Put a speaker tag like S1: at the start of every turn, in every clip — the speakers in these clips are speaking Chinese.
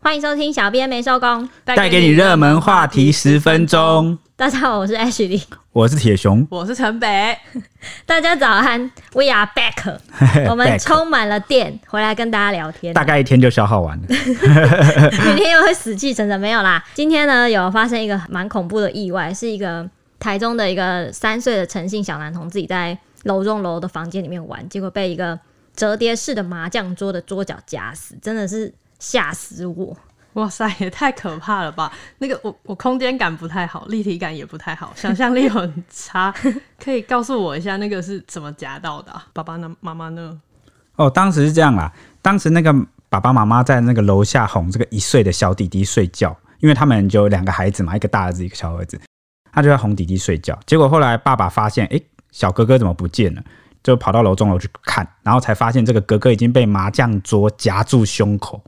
S1: 欢迎收听《小编没收工》，
S2: 带给你热门话题十分钟。
S1: 大家好，我是 Ashley，
S2: 我是铁熊，
S3: 我是城北，
S1: 大家早安，We are back，
S2: 嘿嘿
S1: 我们
S2: back
S1: 充满了电，回来跟大家聊天。
S2: 大概一天就消耗完了。
S1: 明天又会死气沉沉，没有啦。今天呢，有发生一个蛮恐怖的意外，是一个台中的一个三岁的诚信小男童自己在楼中楼的房间里面玩，结果被一个折叠式的麻将桌的桌角夹死，真的是吓死我。
S3: 哇塞，也太可怕了吧！那个我我空间感不太好，立体感也不太好，想象力很 差。可以告诉我一下那个是怎么夹到的啊、爸爸呢？妈妈呢？
S2: 哦，当时是这样啦，当时那个爸爸妈妈在那个楼下哄这个一岁的小弟弟睡觉，因为他们就有两个孩子嘛，一个大儿子，一个小儿子，他就在哄弟弟睡觉。结果后来爸爸发现，诶，小哥哥怎么不见了？就跑到楼中楼去看，然后才发现这个哥哥已经被麻将桌夹住胸口。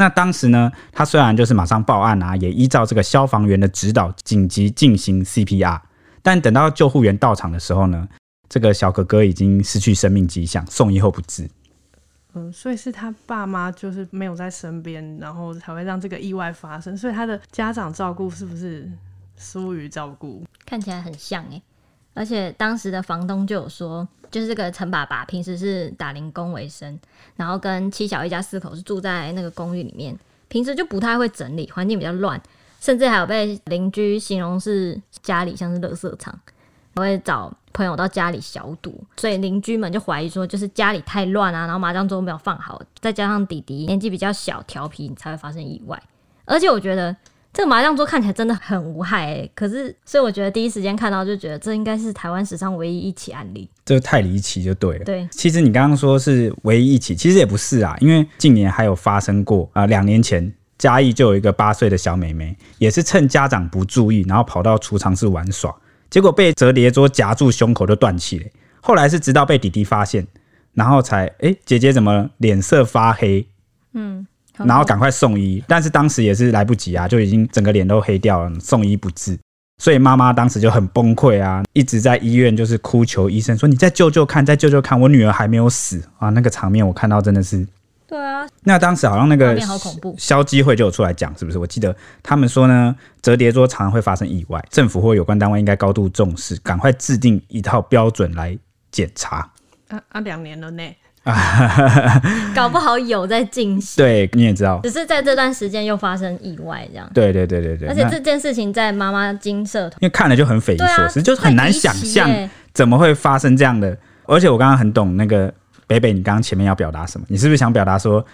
S2: 那当时呢，他虽然就是马上报案啊，也依照这个消防员的指导紧急进行 CPR，但等到救护员到场的时候呢，这个小哥哥已经失去生命迹象，送医后不治。
S3: 嗯，所以是他爸妈就是没有在身边，然后才会让这个意外发生。所以他的家长照顾是不是疏于照顾？
S1: 看起来很像哎、而且当时的房东就有说，就是这个陈爸爸平时是打零工为生，然后跟七小一家四口是住在那个公寓里面，平时就不太会整理，环境比较乱，甚至还有被邻居形容是家里像是垃圾场，会找朋友到家里消毒，所以邻居们就怀疑说，就是家里太乱啊，然后麻将桌没有放好，再加上弟弟年纪比较小调皮，才会发生意外。而且我觉得这个麻将桌看起来真的很无害、欸，可是所以我觉得第一时间看到就觉得这应该是台湾史上唯一一起案例。
S2: 这太离奇就对了。
S1: 对，
S2: 其实你刚刚说是唯一一起，其实也不是啊，因为近年还有发生过啊，两、年前嘉义就有一个八岁的小妹妹，也是趁家长不注意，然后跑到储藏室玩耍，结果被折叠桌夹住胸口就断气了。后来是直到被弟弟发现，然后才诶，姐姐怎么脸色发黑，
S1: 嗯
S2: 然后赶快送医，但是当时也是来不及啊，就已经整个脸都黑掉了，送医不治。所以妈妈当时就很崩溃啊，一直在医院就是哭求医生说：“你再救救看，再救救看，我女儿还没有死啊！”那个场面我看到真的是，
S1: 对啊，
S2: 那当时好像那
S1: 画
S2: 个
S1: 面好恐怖
S2: 消基会就有出来讲，是不是？我记得他们说呢，折叠桌常常会发生意外，政府或有关单位应该高度重视，赶快制定一套标准来检查。
S3: 啊啊，两年了呢。
S1: 搞不好有在进行，
S2: 对，你也知道，
S1: 只是在这段时间又发生意外这样。
S2: 对对对对对。
S1: 而且
S2: 那
S1: 这件事情在妈妈金社团，
S2: 因为看了就很匪夷
S1: 对啊
S2: 所思，就是很难想象
S1: 太离奇耶
S2: 怎么会发生这样的？而且我刚刚很懂那个北北，你刚刚前面要表达什么？你是不是想表达说，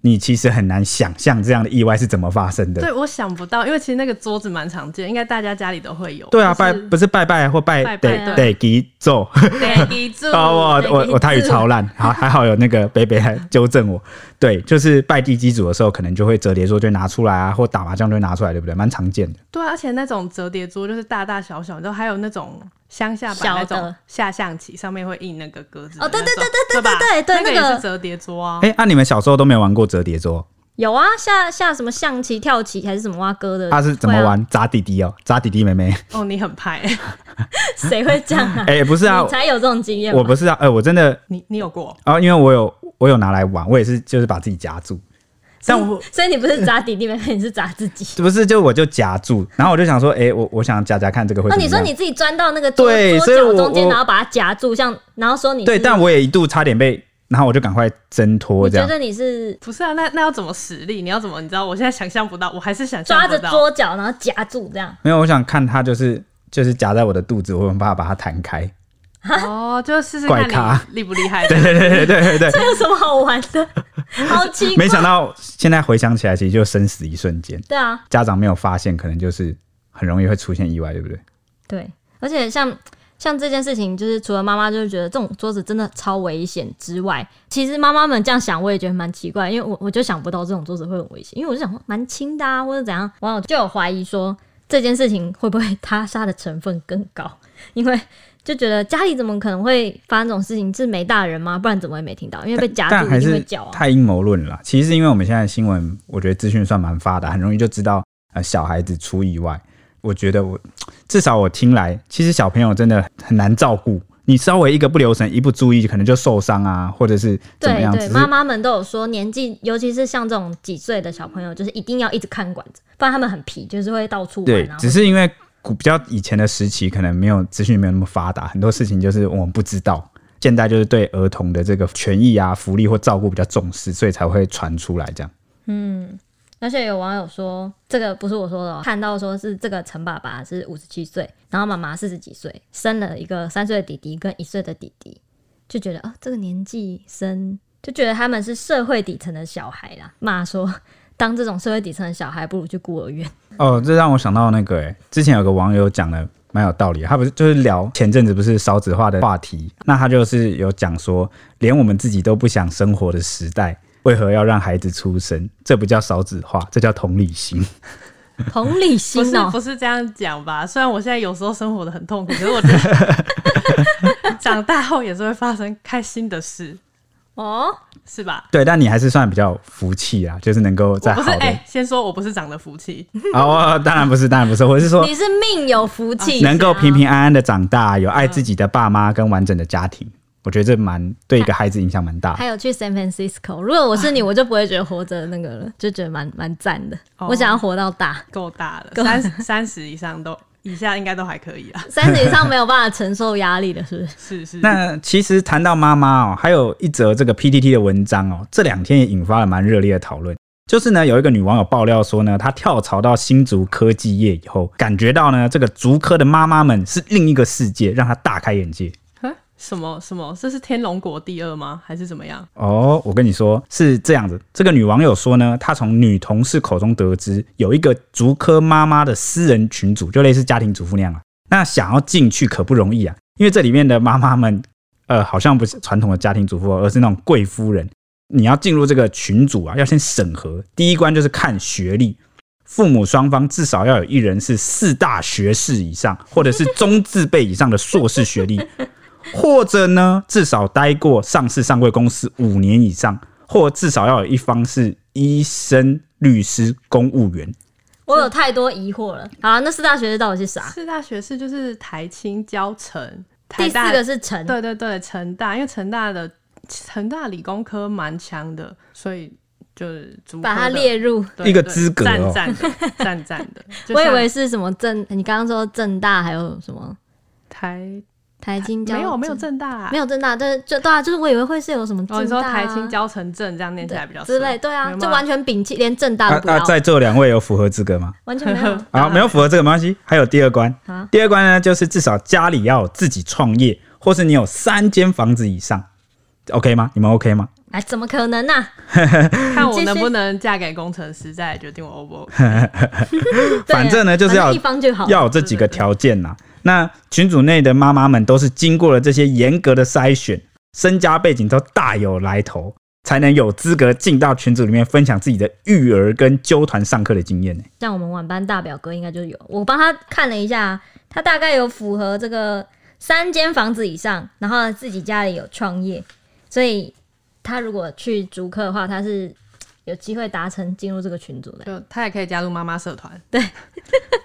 S2: 你其实很难想象这样的意外是怎么发生的？
S3: 对，我想不到，因为其实那个桌子蛮常见，应该大家家里都会 有。
S2: 对啊，
S3: 就
S2: 拜
S3: 是
S2: 不是拜拜或拜
S3: 拜
S2: 得
S3: 拜
S1: 啊
S2: 得给 咒。
S3: 得抵住
S2: 哦，
S3: 得
S2: 我我
S3: 抵
S2: 我台语
S3: 住
S2: 超烂，好还好有那个北北来纠正我。对，就是拜地基主的时候，可能就会折叠桌就拿出来啊，或打麻将就拿出来，对不对？蛮常见的。
S3: 对啊，而且那种折叠桌就是大大小小，然后还有那种乡下版
S1: 小
S3: 那
S1: 的
S3: 种下象棋，上面会印那个格子的
S1: 哦对
S3: 那种
S1: 对对对
S3: 吧
S1: 对对对
S3: 那
S1: 那
S3: 个
S1: 个
S3: 也是折叠桌
S1: 哦
S3: 啊。
S2: 哎、啊，你们小时候都没有玩过折叠桌？
S1: 有啊，下下什么象棋、跳棋还是什么蛙哥的，
S2: 他、是怎么
S1: 会啊？
S2: 玩？砸弟弟哦，砸弟弟 妹妹。
S3: 哦，你很拍，
S1: 谁会这样啊？
S2: 哎、不是啊
S1: 你，才有这种经验吧，
S2: 我不是啊，呃，我真的
S3: 你你有过？
S2: 啊、因为我有我有拿来玩，我也是就是把自己夹住，但我
S1: 所以你不是砸弟弟妹妹，你是砸自己。
S2: 不是就我就夹住，然后我就想说，哎、我我想夹夹看这个
S1: 哦，
S2: 会怎么
S1: 你说
S2: 样。
S1: 你自己钻到那个桌
S2: 对
S1: 桌
S2: 所以
S1: 角
S2: 我
S1: 中间，
S2: 我
S1: 然后把它夹住，像然后说你
S2: 对，
S1: 是
S2: 但我也一度差点被，然后我就赶快挣脱
S1: 你
S2: 这
S1: 觉
S2: 样。
S1: 得你是
S3: 不是啊，那那要怎么实力？你要怎么？你知道，我现在想象不到，我还是想象
S1: 抓
S3: 不
S1: 着
S3: 到。
S1: 桌角然后夹住这 样？
S2: 没有，我想看它就是就是夹在我的肚子，我很怕把它弹开。
S3: 哦，就试试
S2: 怪咖
S3: 看你厉不厉 害。
S1: 哦
S2: 对对对对对
S1: 这有什么好玩 的？ 好奇
S2: 对，
S1: 怪
S2: 没。想到现在回想起来，其实就生死一瞬间，
S1: 对啊，
S2: 家长没有发现，可能就是很容易会出现意外，对不对？
S1: 对，而且像像这件事情，就是除了妈妈就是觉得这种桌子真的超危险之外，其实妈妈们这样想，我也觉得蛮奇怪，因为我我就想不到这种桌子会很危险，因为我就想说蛮轻的啊，或者怎样，网友就有怀疑说这件事情会不会他杀的成分更高，因为。就觉得家里怎么可能会发生这种事情？是没大人吗？不然怎么也没听到？因为被夹
S2: 但
S1: 住
S2: 还
S1: 一定
S2: 是
S1: 会叫啊。
S2: 太阴谋论了啦。其实是因为我们现在新闻，我觉得资讯算蛮发达，很容易就知道呃小孩子出意外。我觉得我至少我听来，其实小朋友真的很难照顾，你稍微一个不留神、一不注意，可能就受伤啊，或者是怎么
S1: 对
S2: 样？
S1: 对，
S2: 只是
S1: 妈妈们都有说，年纪尤其是像这种几岁的小朋友，就是一定要一直看管着，不然他们很皮，就是会到处玩。啊
S2: 对
S1: 然，后
S2: 只是因为古比较以前的时期，可能没有资讯没有那么发达，很多事情就是我们不知道。现代就是对儿童的这个权益啊、福利或照顾比较重视，所以才会传出来这样。
S1: 而且有网友说，这个不是我说的哦、看到说是这个陈爸爸是五十七岁，然后妈妈四十几岁，生了一个三岁的弟弟跟一岁的弟弟，就觉得啊、这个年纪生，就觉得他们是社会底层的小孩啦。骂说，当这种社会底层的小孩，不如去孤儿院。
S2: 哦，这让我想到那个、欸，之前有个网友讲的蛮有道理，他不是就是聊前阵子不是少子化的话题，那他就是有讲说，连我们自己都不想生活的时代，为何要让孩子出生？这不叫少子化，这叫同理心。
S1: 同理
S3: 不
S1: 心
S3: 是
S1: 哦、
S3: 不是这样讲吧？虽然我现在有时候生活的很痛苦，可是我觉得 长大后也是会发生开心的事，
S1: 哦，
S3: 是吧？
S2: 对，但你还是算比较福气啦，就是能够在
S3: 我
S2: 好
S3: 不是
S2: 的
S3: 哎、先说我不是长得福气，
S2: 啊、我当然不是，当然不是，我是说
S1: 你是命有福气、
S2: 能
S3: 啊
S2: 够平平安安的长大，有
S3: 嗯
S2: 爱自己的爸妈跟完整的家庭，我觉得这蛮对一个孩子影响蛮大的。
S1: 还有去 San Francisco，如果我是你，我就不会觉得活着那个了，就觉得蛮蛮赞的。
S3: 哦
S1: 我想要活到大，
S3: 够大了，三三十以上都以下应该都还可以啊。
S1: 三十以上没有办法承受压力了，是不是？
S3: 是是，
S2: 那其实谈到妈妈哦，还有一则这个 PTT 的文章哦，这两天也引发了蛮热烈的讨论。就是呢，有一个女网友爆料说呢，她跳槽到新竹科技业以后，感觉到呢这个竹科的妈妈们是另一个世界，让她大开眼界。
S3: 啊什么什么？这是天龙国第二吗？还是怎么样？
S2: 哦，我跟你说是这样子。这个女网友说呢，她从女同事口中得知，有一个竹科妈妈的私人群组，就类似家庭主妇那样啊。那想要进去可不容易啊，因为这里面的妈妈们，呃，好像不是传统的家庭主妇哦，而是那种贵夫人。你要进入这个群组啊，要先审核，第一关就是看学历，父母双方至少要有一人是四大学士以上，或者是中字辈以上的硕士学历。或者呢，至少待过上市上柜公司五年以上，或至少要有一方是医生、律师、公务员。
S1: 我有太多疑惑了。好啊，那四大学士到底是啥？
S3: 四大学士就是台青、交城、台
S1: 第
S3: 大
S1: 四个是陈，
S3: 对对对，成大，因为成大的成大理工科蛮强的，所以就是足
S1: 把它列入。
S2: 一个资格哦
S3: 赞赞 的，赞赞的。就
S1: 我以
S3: 像
S1: 为是什么正，你刚刚说正大还有什么
S3: 台
S1: 台青交，
S3: 没有没有正大啊、
S1: 没有正大，对就对啊，就是我以为会是有什么
S3: 哦，
S1: 正
S3: 你说
S1: 大啊
S3: 台青交城镇这样念起来比较
S1: 之
S3: 顺
S1: 类，对啊
S3: 没，有
S1: 就
S3: 吗
S1: 完全摒弃，连正大
S2: 啊
S1: 都不
S2: 啊，
S1: 要，啊
S2: 在座两位有符合资格吗？
S1: 完全没 有
S2: 好，没有符合这个没关系。还有第二关
S1: 啊，
S2: 第二关呢，就是至少家里要有自己创业，或是你有三间房子以上，OK 吗？你们 OK 吗？
S1: 哎，怎么可能呢？
S3: 看我
S1: 继续
S3: 能不能嫁给工程师，再来决定我 O 不 O。
S1: 对
S2: 反正呢就是要
S1: 反正一方就
S3: 哦
S1: 好了，
S2: 要有这几个条件呐、那群组内的妈妈们都是经过了这些严格的筛选，身家背景都大有来头，才能有资格进到群组里面分享自己的育儿跟纠团上课的 经验呢、
S1: 像我们晚班大表哥应该就有，我帮他看了一下，他大概有符合这个三间房子以上，然后自己家里有创业，所以他如果去逐客的话，他是有机会达成进入这个群组的。
S3: 就他也可以加入妈妈社团，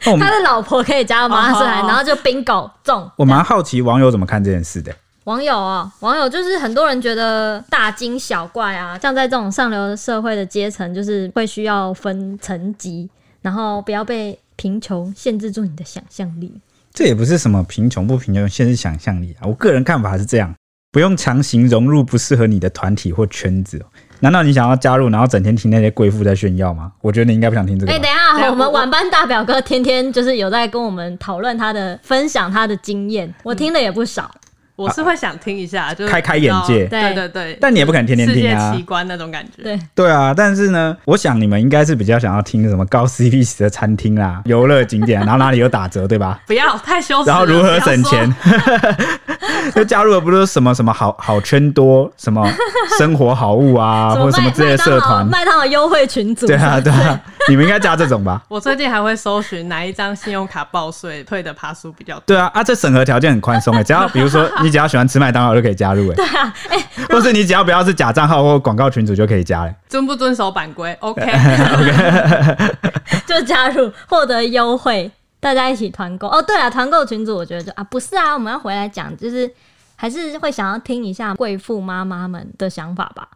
S2: 那我
S1: 他
S2: 们
S1: 的老婆可以加入马上社团，
S3: 哦
S1: 然后就 bingo 中。
S2: 我蛮好奇网友怎么看这件事的、
S1: 网友哦，网友就是很多人觉得大惊小怪啊，像在这种上流社会的阶层，就是会需要分层级，然后不要被贫穷限制住你的想象力。
S2: 这也不是什么贫穷不贫穷，先是想象力啊。我个人看法是这样，不用强行融入不适合你的团体或圈子、哦。难道你想要加入，然后整天听那些贵妇在炫耀吗？我觉得你应该不想听这个
S1: 哎、
S2: 吧。
S1: 等一下，
S3: 对
S1: 我们
S3: 我
S1: 晚班大表哥天天就是有在跟我们讨论他的分享他的经验，我听的也不少。
S3: 我是会想听一下，就是
S2: 啊开开眼界
S3: 对对对，
S2: 但你也不可能天天
S3: 世
S2: 听
S3: 界
S2: 啊。
S3: 奇观那种感觉。
S1: 对，
S2: 对啊，但是呢，我想你们应该是比较想要听什么高 CP 值的餐厅啦、游乐景点，啊然后哪里有打折，对吧？
S3: 不要太羞耻了。
S2: 然后如何省
S3: 哦不要
S2: 钱
S3: 说？，
S2: 就加入了不是什么什么好好圈多，什么生活好物啊，或者什么
S1: 麦
S2: 之类的社团，
S1: 麦当劳麦当劳优惠群组，
S2: 对啊对啊，你们应该加这种吧？
S3: 我最近还会搜寻哪一张信用卡报税退的爬数比较多。
S2: 对啊啊，这审核条件很宽松诶，欸只要比如说你只要喜欢吃麦当劳就可以加入诶，对啊， 或是你只要不要是假账号或广告群组就可以加嘞。
S3: 遵不遵守版规 ？OK，
S1: 就加入获得优啊惠，大家一起团购。哦，对了，团购群组我觉得就啊，不是啊，我们要回来讲，就是还是会想要听一下贵妇妈妈们的想法吧，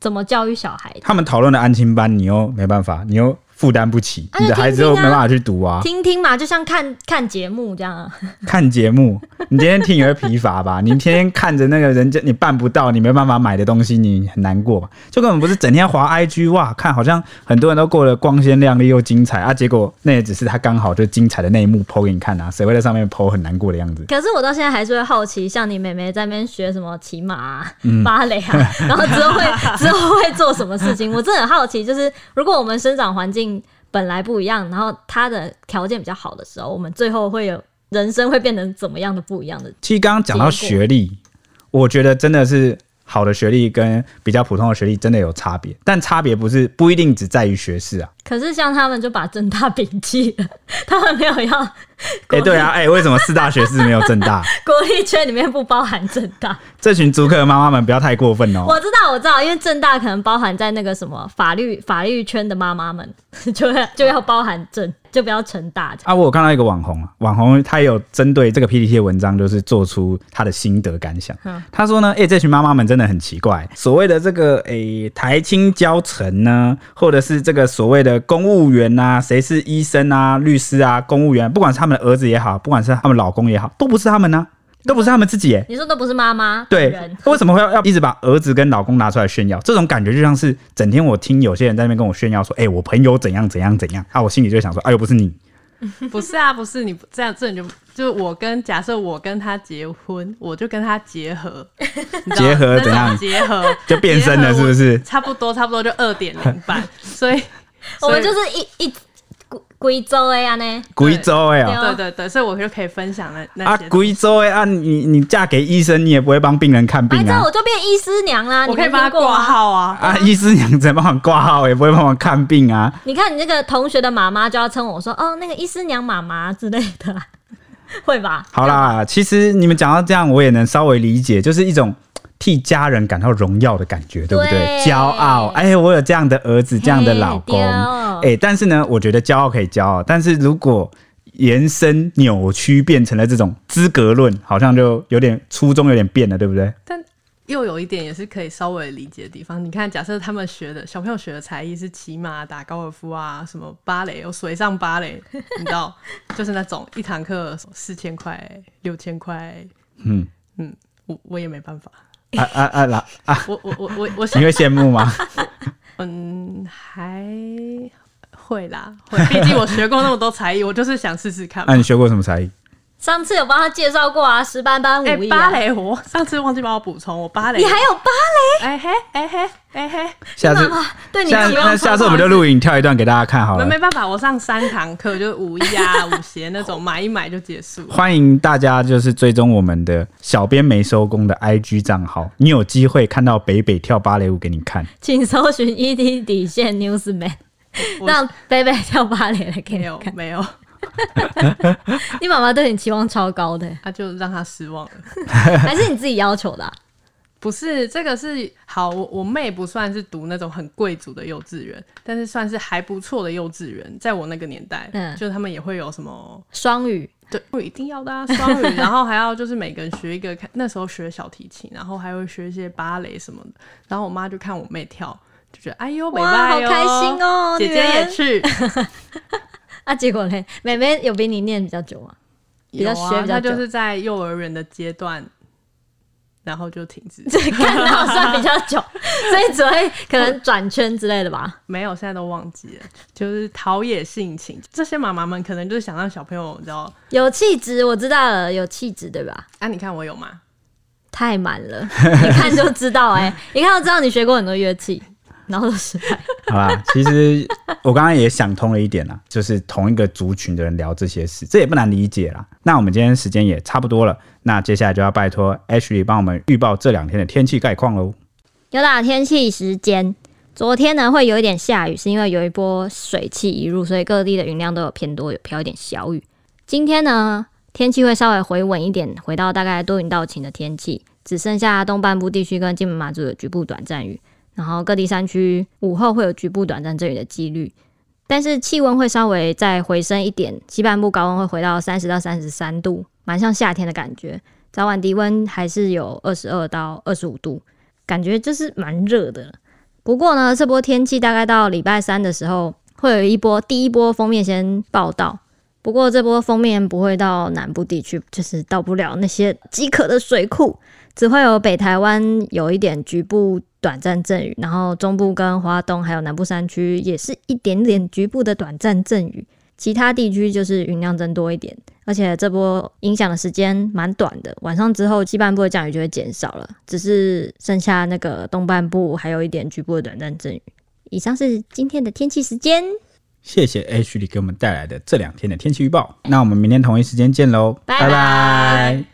S1: 怎么教育小孩
S2: 他们讨论的安亲班，你又没办法，你又负担不起，
S1: 啊
S2: 你的孩子又没办法去读啊。
S1: 听听嘛，就像看看节目这样、啊。
S2: 看节目，你今天听也会疲乏吧？你天天看着那个人家你办不到，你没办法买的东西，你很难过吧？就根本不是整天滑 IG 哇，看好像很多人都过得光鲜亮丽又精彩啊，结果那也只是他刚好就精彩的那一幕 PO 给你看啊，谁会在上面 PO 很难过的样子？
S1: 可是我到现在还是会好奇，像你妹妹在那边学什么骑马、啊、芭蕾啊，然后之后会之后会做什么事情，我真的很好奇。就是如果我们生长环境本来不一样，然后她的条件比较好的时候，我们最后会有人生会变成怎么样的不一样的？
S2: 其实刚刚讲到学历，我觉得真的是好的学历跟比较普通的学历真的有差别，但差别不是不一定只在于学识啊。
S1: 可是像他们就把正大摒弃了，他们没有要 国
S2: 哎、对啊，哎、为什么四大学士没有正大？
S1: 国立圈里面不包含正大。
S2: 这群租客妈妈们不要太过分哦。
S1: 我知道，我知道，因为正大可能包含在那个什么法律法律圈的妈妈们， 就要就要包含正，就不要成大这样。
S2: 啊，我有看到一个网红啊，网红他有针对这个 PPT 的文章，就是做出他的心得感想。
S1: 嗯
S2: 他说呢，哎、这群妈妈们真的很奇怪，所谓的这个哎、台青教程呢，或者是这个所谓的公务员呐、谁是医生啊、律师啊、公务员，不管是他们的儿子也好，不管是他们老公也好，都不是他们呢、都不是他们自己耶。
S1: 你说都不是妈妈
S2: 对
S1: 人，，
S2: 为什么会要要一直把儿子跟老公拿出来炫耀？这种感觉就像是整天我听有些人在那边跟我炫耀说，哎、我朋友怎样怎样怎样，啊，我心里就想说，哎、又不是你，
S3: 不是啊，不是你这样，这你就就是我跟假设我跟他结婚，我就跟他结合，你知道
S2: 结合
S3: 那种
S2: 怎样
S3: 结合
S2: 就变身
S3: 结
S2: 了，
S3: 合
S2: 是
S3: 我
S2: 不是？
S3: 差不多，差不多就二点零版，所以
S1: 我们
S3: 所
S1: 就
S3: 以
S1: 是一一贵贵州的呀呢，
S2: 贵州哎
S1: 对
S2: 哦，
S1: 啊
S3: 对对对，所以我就可以分享那那
S2: 啊
S3: 些。
S2: 贵州哎啊，你你嫁给医生，你也不会帮病人看
S1: 哎，
S2: 病
S1: 这样
S2: 啊
S1: 我就变医师娘啦。
S3: 我
S1: 你
S3: 可
S1: 没
S3: 以帮他
S1: 听过
S3: 挂
S1: 啊？
S3: 号啊，
S2: 啊，医师娘在帮忙挂号，也不会帮忙看病啊。
S1: 你看你那个同学的妈妈就要称我说哦，那个医师娘妈妈之类的 啊，会吧？
S2: 好啦，其实你们讲到这样，我也能稍微理解，就是一种。替家人感到荣耀的感觉，对不对
S1: 对？
S2: 骄傲，哎、我有这样的儿子，这样的老公，
S1: 嘿对
S2: 哎、
S1: 哦
S2: 但是呢，我觉得骄傲可以骄傲，但是如果延伸扭曲变成了这种资格论，好像就有点初衷有点变了，对不对？
S3: 但又有一点也是可以稍微理解的地方。你看，假设他们学的小朋友学的才艺是骑马、打高尔夫啊，什么芭蕾，有水上芭 蕾，你知道，就是那种一堂课四千块、六千块，
S2: 嗯
S3: 嗯，我我也没办法，
S2: 啊啊啊，老、啊，
S3: 我我我我 我想
S2: 你会羡慕吗？
S3: 嗯还。会啦， 会，毕竟我学过那么多才艺，我就是想试试看嘛。
S2: 啊那、你学过什么才艺？
S1: 上次有帮他介绍过啊，十班班
S3: 哎、
S1: 武艺啊
S3: 芭，蕾我上次忘记帮我补充，我芭蕾
S1: 你，还有芭
S3: 哎嘿，哎嘿，哎嘿，
S2: 下次
S1: 蕾，妈妈啊对你
S2: 下
S1: 期
S2: 那
S1: 望
S2: 下次我们就录影跳一段给大家看好
S3: 没
S2: 了
S3: 没。办法，我上三堂课就是舞衣啊、舞鞋那种，买一买就结束。
S2: 欢迎大家就是追踪我们的小编没收工的 IG 账号，你有机会看到北北跳芭蕾舞给你看。
S1: 请搜寻 ET 底线 Newsman，
S3: 我
S1: 让贝贝跳芭蕾来给
S3: 没
S1: 你
S3: 有
S1: 看。
S3: 没有，
S1: 你妈妈对你期望超高 的，
S3: 他、就让他失望了。
S1: 还是你自己要求的啊、
S3: 不是这个是好，我我妹不算是读那种很贵族的幼稚园，但是算是还不错的幼稚园，在我那个年代，
S1: 嗯
S3: 就是他们也会有什么。
S1: 双语
S3: 对，不一定要的、啊、双语，然后还要就是每个人学一个，看那时候学小提琴，啊然后还会学一些芭蕾什么的。然后我妈就看我妹跳，就觉得哎呦，美
S1: 哇，好
S3: 拜哟
S1: 开心哦！
S3: 姐姐
S1: 女儿
S3: 也去，
S1: 啊，结果嘞，妹妹有比你念比较久吗？比较
S3: 有啊
S1: 学比较
S3: 他就
S1: 久
S3: 是在幼儿园的阶段，然后就停止，
S1: 看到算比较 久，所以只会可能转圈之类的吧。
S3: 没有，现在都忘记了，就是陶冶性情。这些妈妈们可能就是想让小朋友，你知道，
S1: 有气质，我知道了，有气质对吧？
S3: 啊，你看我有吗？
S1: 太满了，一看就知道哎、一看就知道你学过很多乐器，然后都失败。
S2: 好啦， 其实我刚刚也想通了一点啦，就是同一个族群的人聊这些事，这也不难理解啦。那我们今天时间也差不多了，那接下来就要拜托 Ashley 帮我们预报这两天的天气概况喽。
S1: 有打天气时间，昨天呢会有一点下雨，是因为有一波水汽移入，所以各地的云量都有偏多，有飘一点小雨。今天呢天气会稍微回稳一点，回到大概多云到晴的天气，只剩下东半部地区跟金门马祖有局部短暂雨，然后各地山区午后会有局部短暂阵雨的几率。但是气温会稍微再回升一点，西半部高温会回到三十到三十三度，蛮像夏天的感觉。早晚低温还是有二十二到二十五度，感觉就是蛮热的了。不过呢，这波天气大概到礼拜三的时候，会有一波第一波封面先报道。不过这波封面不会到南部地区，就是到不了那些饥渴的水库，只会有北台湾有一点局部短暂阵雨，然后中部跟华东还有南部山区也是一点点局部的短暂阵雨，其他地区就是云量增多一点。而且这波影响的时间蛮短的，晚上之后西半部的降雨就会减少了，只是剩下那个东半部还有一点局部的短暂阵雨。以上是今天的天气时间，
S2: 谢谢 H 里给我们带来的这两天的天气预报。那我们明天同一时间见喽，
S1: 拜
S2: 拜拜